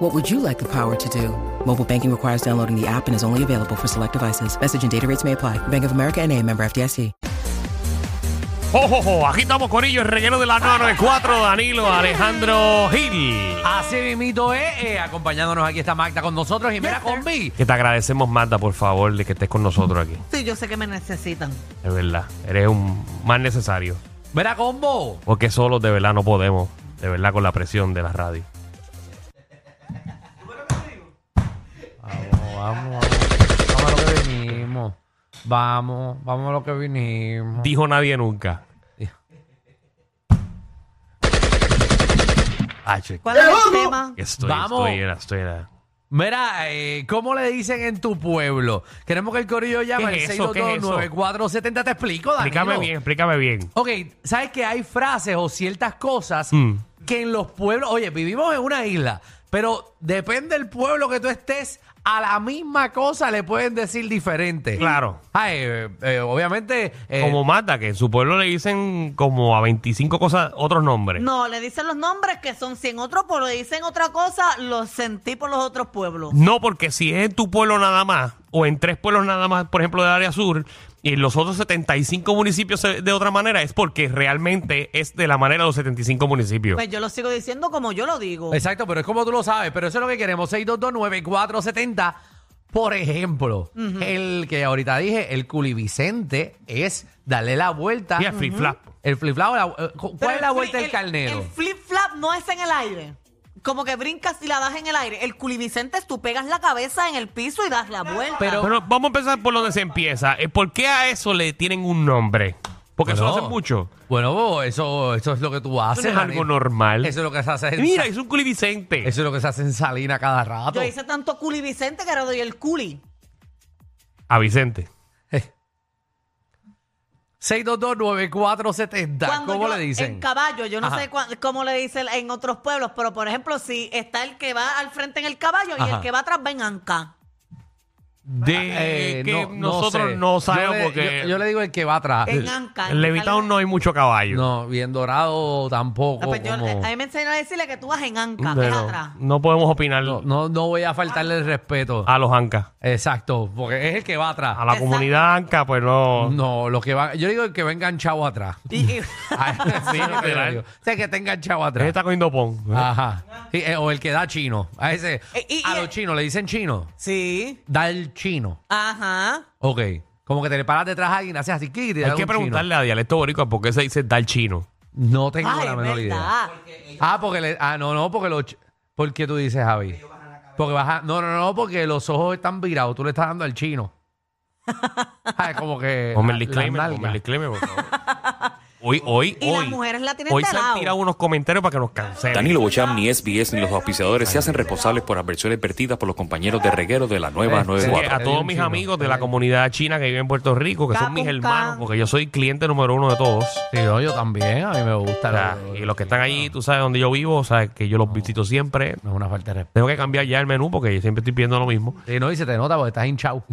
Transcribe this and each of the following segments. What would you like the power to do? Mobile banking requires downloading the app and is only available for select devices. Message and data rates may apply. Bank of America and a member FDIC. ¡Jo, jo, jo! Aquí estamos con ellos, el reguero de la 994, Danilo Alejandro Gil. Así mismito es, eh, acompañándonos aquí está Magda con nosotros y mira con Vi. Que te agradecemos, Marta, por favor, de que estés con nosotros aquí. Sí, yo sé que me necesitan. De verdad, eres un más necesario. Mira combo. Porque solos de verdad no podemos. De verdad, con la presión de la radio. Vamos, vamos, vamos a lo que vinimos. Vamos, vamos a lo que vinimos. Dijo nadie nunca. Ah, che, ¿Cuál es el tema? Estoy, Vamos. estoy, era, estoy, era. Mira, eh, ¿cómo le dicen en tu pueblo? Queremos que el corillo llame al ¿Qué es eso? ¿Qué es eso? 6229470. Te explico, Danilo. Explícame bien, explícame bien. Ok, ¿sabes que hay frases o ciertas cosas Mm. que en los pueblos... Oye, vivimos en una isla, pero depende del pueblo que tú estés, a la misma cosa le pueden decir diferente. Claro. Ay, eh, eh, obviamente... eh, Como Marta, que en su pueblo le dicen como a 25 cosas otros nombres. No, le dicen los nombres que son. Si en otro pueblo le dicen otra cosa, lo sentí por los otros pueblos. No, porque si es en tu pueblo nada más, o en tres pueblos nada más, por ejemplo, del área sur, y en los otros 75 municipios se- de otra manera, es porque realmente es de la manera de los 75 municipios. Pues yo lo sigo diciendo como yo lo digo. Exacto, pero es como tú lo sabes, pero eso es lo que queremos, 6229470. Por ejemplo, el que ahorita dije, el culivicente, es darle la vuelta. Y el flip-flap. El flip-flap, la- eh, ¿cu- Pero ¿cuál es el la fli- vuelta del el- carnero? El flip-flap no es en el aire. Como que brincas y la das en el aire. El culivicente es tú pegas la cabeza en el piso y das la vuelta. Pero- Bueno, vamos a empezar por donde se empieza. Eh, ¿Por qué a eso le tienen un nombre? Porque eso Bueno, lo hacen mucho. Bueno, bo, eso, eso es lo que tú haces. es algo Daniel. normal. Eso es lo que se hace en, Mira, Sa- es un culivicente. eso es lo que se hace en Salina cada rato. yo hice tanto culivicente que ahora doy el culi. A Vicente. 6229470. Cuando ¿Cómo yo- le dicen? En caballo, yo no Ajá. sé cuá- cómo le dicen en otros pueblos, pero por ejemplo, si está el que va al frente en el caballo y Ajá. el que va atrás va en anca. De Eh, que no- no nosotros sé. no, Yo sabemos le- porque Yo, yo le digo el que va atrás. En anca. en Levitown no hay mucho caballo. No, bien dorado tampoco. Ah, pues yo- como- a mí me enseñaron a decirle que tú vas en anca, es Pero atrás. no podemos opinar no, no voy a faltarle el respeto. a los ancas. Exacto, porque es el que va atrás. A la Exacto. comunidad anca, pues no. No, los que van. Yo digo el que va enganchado atrás. Y- y- Ay, sí, literal. te lo digo. O sea, que está enganchado Ese atrás. está cogiendo pon. Ah, Ajá. Sí, eh, o el que da chino. A ese. Eh, y- a y- los chinos le dicen chino. sí. Da el chino. Ajá. Ok. Como que te le paras detrás a alguien, haces así. ¿qué? Y te da Hay que un chino. preguntarle a Dialecto Boricua por qué se dice dar chino. No tengo Ay, la es menor idea. verdad. Ah, porque le, ah, no, no, porque los ch- ¿Por qué tú dices, Javi? Porque baja, no, no, no, porque los ojos están virados, tú le estás dando al chino. Ah, es como que Ponme el la- las disclaimer, ponme nalgas. el disclaimer, por favor. Hoy, hoy, Y las hoy. mujeres la tienen hoy de se han lado. tirado unos comentarios para que nos cancelen. Danilo Bocham, ni SBS, ni los auspiciadores se hacen responsables por adversiones vertidas por los compañeros de reguero de la Eh, nueva Así que 94. a todos mis Chino. Eh. amigos de la comunidad china que vive en Puerto Rico, que son mis Capun hermanos, Can. porque yo soy cliente número uno de todos. Sí, no, yo también, a mí me gusta. O sea, lo- y los que están ahí, tú sabes, donde yo vivo, sabes que yo los visito siempre. No es una falta de respeto. Tengo que cambiar ya el menú porque yo siempre estoy pidiendo lo mismo. Sí, no, y se te nota porque estás hinchado.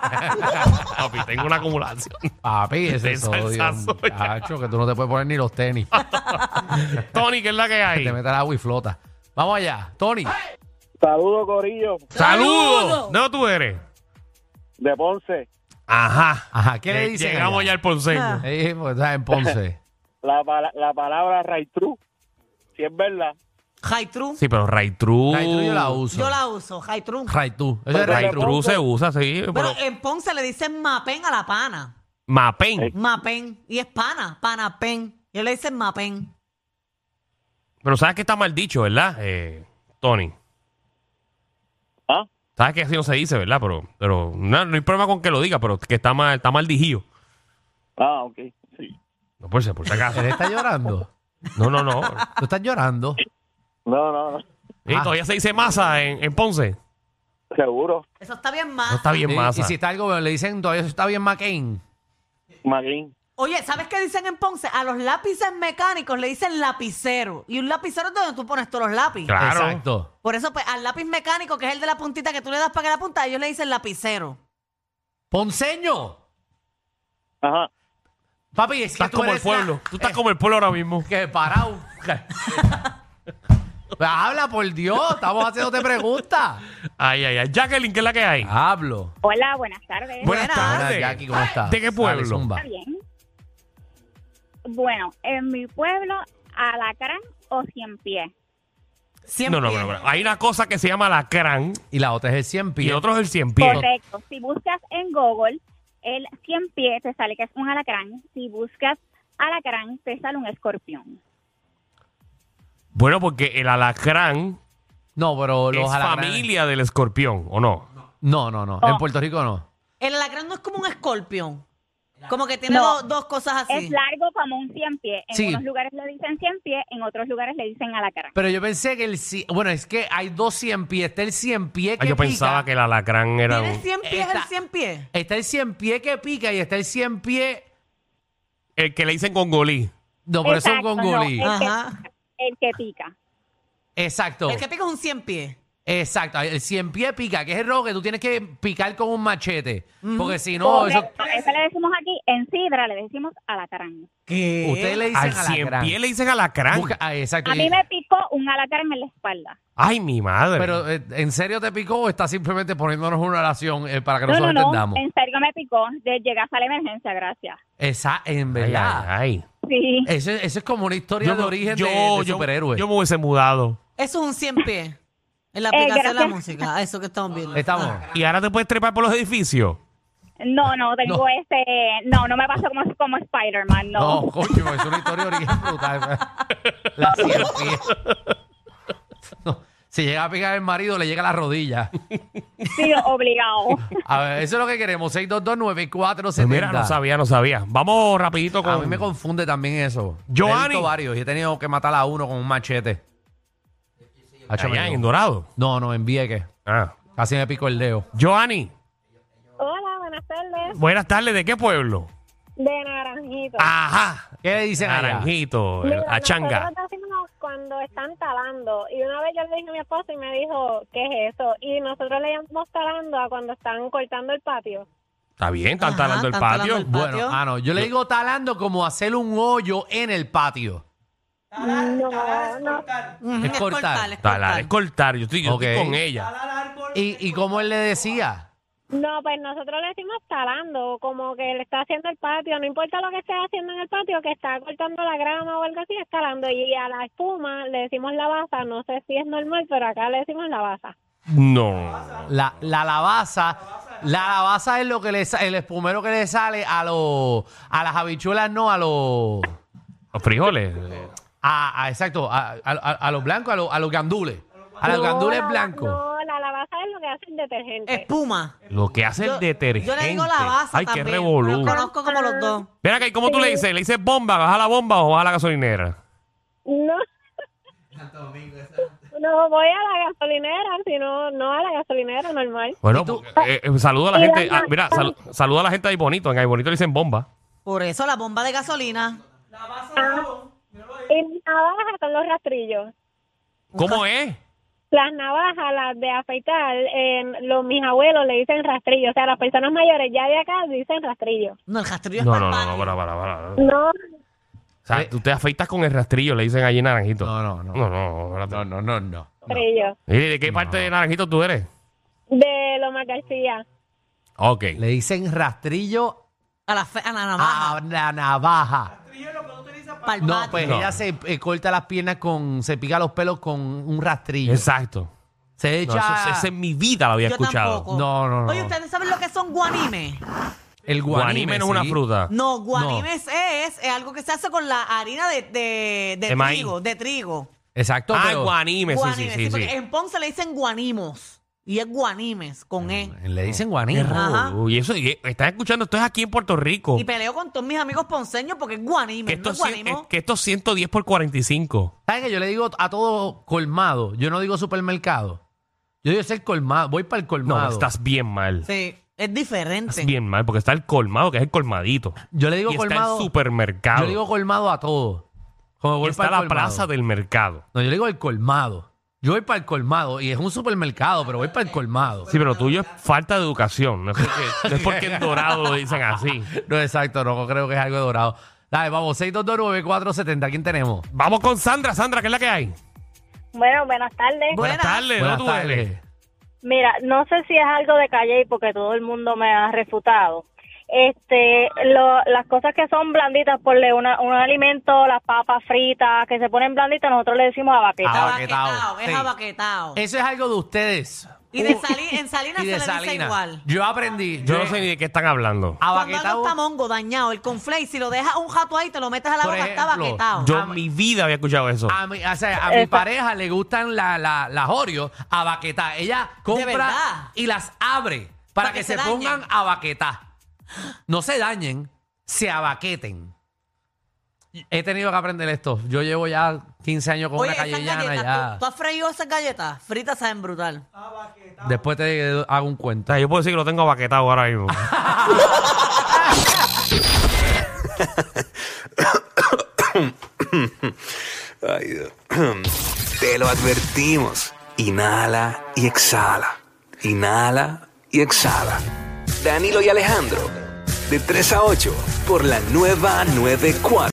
Papi, tengo una acumulación. Papi, ese De sodio, salsa soya. muchacho, que tú no te puedes poner ni los tenis. Tony, ¿qué es la que hay? te metes al agua y flota. Vamos allá, Tony. Saludos, Corillo, ¡Saludos! ¿De dónde tú eres? de Ponce. Ajá. Ajá, ¿qué Eh, le dicen? Llegamos ya allá? al ponceño. Ah. Eh, pues, estás en Ponce. La, pala- la palabra right true, si es verdad. High true. Sí, pero Raitrú. Ray tú yo la uso. Yo la uso, high true. Raitrú. Eso es Ray Raitrú. Raitrú se usa, sí. Pero eh, Pero en Ponce le dicen mapen a la pana. eh. Mapen. Mapen. Y es pana, pana pen. Yo le dicen mapen. Pero sabes que está mal dicho, ¿verdad, eh, Tony? ¿Ah? Sabes que así no se dice, ¿verdad? Pero, pero no, no hay problema con que lo diga, pero que está mal, está mal dijido. Ah, ok, sí. No puede ser, por si acaso. Él está llorando. No, no, no. Tú estás llorando. No, no, no, Eh, Ah. Todavía se dice masa en, en Ponce. seguro. Eso está bien mal. No está bien Y- masa. Y si está algo, le dicen todavía eso está bien McCain. Maguín. Oye, ¿sabes qué dicen en Ponce? A los lápices mecánicos le dicen lapicero. Y un lapicero es donde tú pones todos los lápices. Claro. Exacto. Por eso, pues, al lápiz mecánico, que es el de la puntita que tú le das para que la punta, ellos le dicen lapicero. Ponceño. Ajá. Papi, es que Estás tú como el eres pueblo. la- Tú estás como el pueblo ahora mismo. Que parado. Habla, por Dios. Estamos haciéndote preguntas. Ay, ay, ay. Jacqueline, ¿qué es la que hay? Hablo. Hola, buenas tardes. Buenas Buenas. tardes. Jackie, ¿cómo estás? ¿De qué pueblo? Dale, zumba. ¿Está bien? Bueno, en mi pueblo, alacrán o cien pies. Siempre. No, no, no, no. Hay una cosa que se llama lacrán Y la otra es el 100 y pies. otro es el cien pies. Correcto. Si buscas en Google el cien pies, te sale que es un alacrán. Si buscas alacrán, te sale un escorpión. Bueno, porque el alacrán No, pero los es alacranes- familia del escorpión, ¿o no? No, no, no. Ah. En Puerto Rico no. El alacrán no es como un escorpión. Como que tiene No. dos, dos cosas así. Es largo como un cien pies. En Ah, Sí. unos lugares le dicen cien pies, en otros lugares le dicen alacrán. Pero yo pensé que el... ci- Bueno, es que hay dos 100 pies. Está el 100 pies que Ah, yo pica. pensaba que el alacrán era ¿Tiene un... 100 pies Esta- el 100 pies? Está el 100 pie que pica y está el 100 pie... El que le dicen congolí. No, por eso es un Exacto, no, gongolí. el, Ajá. que, el que pica. Exacto. El que pica es un 100 pies. Exacto. El 100 pie pica, que es el rojo que tú tienes que picar con un machete. Porque si no, eso... Correcto. Eso le decimos aquí, en Sidra le decimos alacrán. ¿Qué? Ustedes le dicen Eh, Al cien alacrán. pies le dicen alacrán. Busca- ah, exacto. A mí me picó un alacrán en la espalda. Ay, mi madre. Pero, eh, ¿en serio te picó o estás simplemente poniéndonos una oración eh, para que No, nosotros no, no. entendamos? En serio me picó. De llegas a la emergencia, gracias. Esa, en Ay, verdad. ay, ay. Sí. Eso, es- eso es como una historia de me- origen yo- de, de yo- superhéroe. Yo me hubiese mudado. Eso es un 100 pies. En la aplicación de la gracias. música. Ah, Eso que estamos viendo. Ah. Estamos. ¿Y ahora te puedes trepar por los edificios? No, no, tengo Eh, No. este. No, no me pasó como, como Spider-Man, No, no. coño, es una historia de origen brutal. La cien pies. No, si llega a picar el marido, le llega a la rodilla. Sí, obligado. A ver, eso es lo que queremos. 6229470. Pues mira, no sabía, no sabía. Vamos rapidito con... A mí me confunde también eso. Giovanni. He visto varios y he tenido que matar a uno con un machete. Hacho, Allá me- en Dorado. No, no, en Vieques. Ah. Casi me pico el dedo. Joanny, Hola, buenas tardes. buenas tardes. ¿De qué pueblo? De Naranjito. Ajá. ¿Qué dicen allá? Naranjito, Mira, a changa. nosotros decimos cuando están talando. Y una vez yo le dije a mi esposo y me dijo, ¿qué es eso? Y nosotros le llamamos talando a cuando están cortando el patio. Está bien, están Ajá, talando el están patio. talando el Bu- Bueno, patio. ah, no. Yo le digo talando como hacer un hoyo en el patio. No, no. Ujú, Es cortar. es Talar cortar. es cortar. Yo estoy, yo estoy Ok. con ella. ¿Y, y cómo él le decía? No, pues nosotros le decimos talando, como que le está haciendo el patio. No importa lo que esté haciendo en el patio, que está cortando la grama o algo así, es talando. Y a la espuma le decimos lavaza. No sé si es normal, pero acá le decimos lavaza. No. La, la lavaza. La lavaza es lo que le sa- el espumero que le sale a los a las habichuelas, no, a los Los frijoles. a, a- exacto, a, a- a los blancos, a los, a los gandules. A los No, gandules la- blancos. No, la lavaza es lo que hace el detergente. Eh. Espuma. Lo que hace el detergente. Yo le digo la base Ay, también. qué Lo revolú. conozco como los dos. Ven acá, ¿y cómo tú le dices? ¿Le dices bomba, baja la bomba o baja la gasolinera? No. No voy a la gasolinera, sino no a la gasolinera normal. Bueno, porque, eh, eh, saluda a la Y gente. la- ah, mira, salu- saluda a la gente de Ay Bonito. En Ay Bonito le dicen bomba. Por eso la bomba de gasolina. Y las navajas son los rastrillos. ¿Cómo es? Las navajas, las de afeitar, en- los mis abuelos le dicen rastrillo. O sea, las personas mayores ya de acá dicen rastrillo. No, el rastrillo es No, para no, el no, patio. no, para, para, para. O No, sea, tú te afeitas con el rastrillo, le dicen allí en naranjito. No, no, no. No, no, espérate. No, no, no, no. rastrillo. Mire, ¿de qué parte de Naranjito tú eres? De Loma García. Ok. Le dicen rastrillo A la, fe- a la navaja. Ah, a la navaja. para el No, patio. pues Ah, No. ella se eh, corta las piernas con, se pica los pelos con un rastrillo. Exacto. Se No, echa. eso, eso en mi vida lo había Yo escuchado. tampoco. No, no, no. Oye, ¿ustedes saben lo que son guanimes? El guanime, Guanime no es una sí. fruta. No, guanimes es, es algo que se hace con la harina de, de, de De maíz. trigo. De trigo. Exacto, Ah, pero guanime, sí, sí, Guanimes, sí. porque sí. En Ponce le dicen guanimos. Y es guanimes con E. le dicen guanime. Qué raro. Y eso, y están escuchando, esto es aquí en Puerto Rico. Y peleo con todos mis amigos ponceños porque es Que guanimes, no esto, es es cien- guanimo. es- que esto es 110 por 45. ¿Saben que yo le digo a todo colmado? Yo no digo supermercado. Yo digo ser colmado. Voy para el No, colmado. estás bien mal. Sí. Es diferente. Es bien mal, porque está el colmado, que es el colmadito. Yo le digo y está colmado. el supermercado. Yo le digo colmado a todo. Como y voy está para la el colmado. plaza del mercado. No, yo le digo el colmado. Yo voy para el colmado y es un supermercado, pero voy para el colmado. Sí, pero tuyo es falta de educación. No es porque, no es porque en dorado lo dicen así. No, exacto, no creo que es algo de dorado. Dale, vamos, 6229470, ¿quién tenemos? Vamos con Sandra. Sandra, ¿qué es la que hay? Bueno, buenas tardes. Buenas, Buenas. tardes. ¿dónde tú eres? Mira, no sé si es algo de calle porque todo el mundo me ha refutado. Este, lo- las cosas que son blanditas, ponle una, un alimento, las papas fritas, que se ponen blanditas, nosotros le decimos abaqueta. Ah. Abaquetao, abaquetao, es sí. abaquetao. Eso es algo de ustedes. Y de Uh, Sali- en Salinas y de se le dice Salinas. igual. Yo aprendí. Yo no sé ni de qué están hablando. Cuando algo abaquetao- está mongo, dañado, el conflay, si lo dejas un jato ahí y te lo metes a la Por boca, está ejemplo, abaquetao. Yo en mi vida había escuchado eso. A mi, o sea, a mi pareja le gustan la- la- las Oreo a baquetá. Ella compra verdad? y las abre para, Para que, que se, se pongan dañen. a baquetá. No se dañen, se abaqueten. He tenido que aprender esto. Yo llevo ya 15 años con Oye, una esas callellana galletas, ya. ¿tú, tú has freído esas galletas? Fritas saben brutal. Después te hago un O cuento. sea, yo puedo decir que lo tengo abaquetado ahora mismo. Ay, Dios. Te lo advertimos. Inhala y exhala. Inhala y exhala. Danilo y Alejandro, de 3 a 8, por la nueva 94.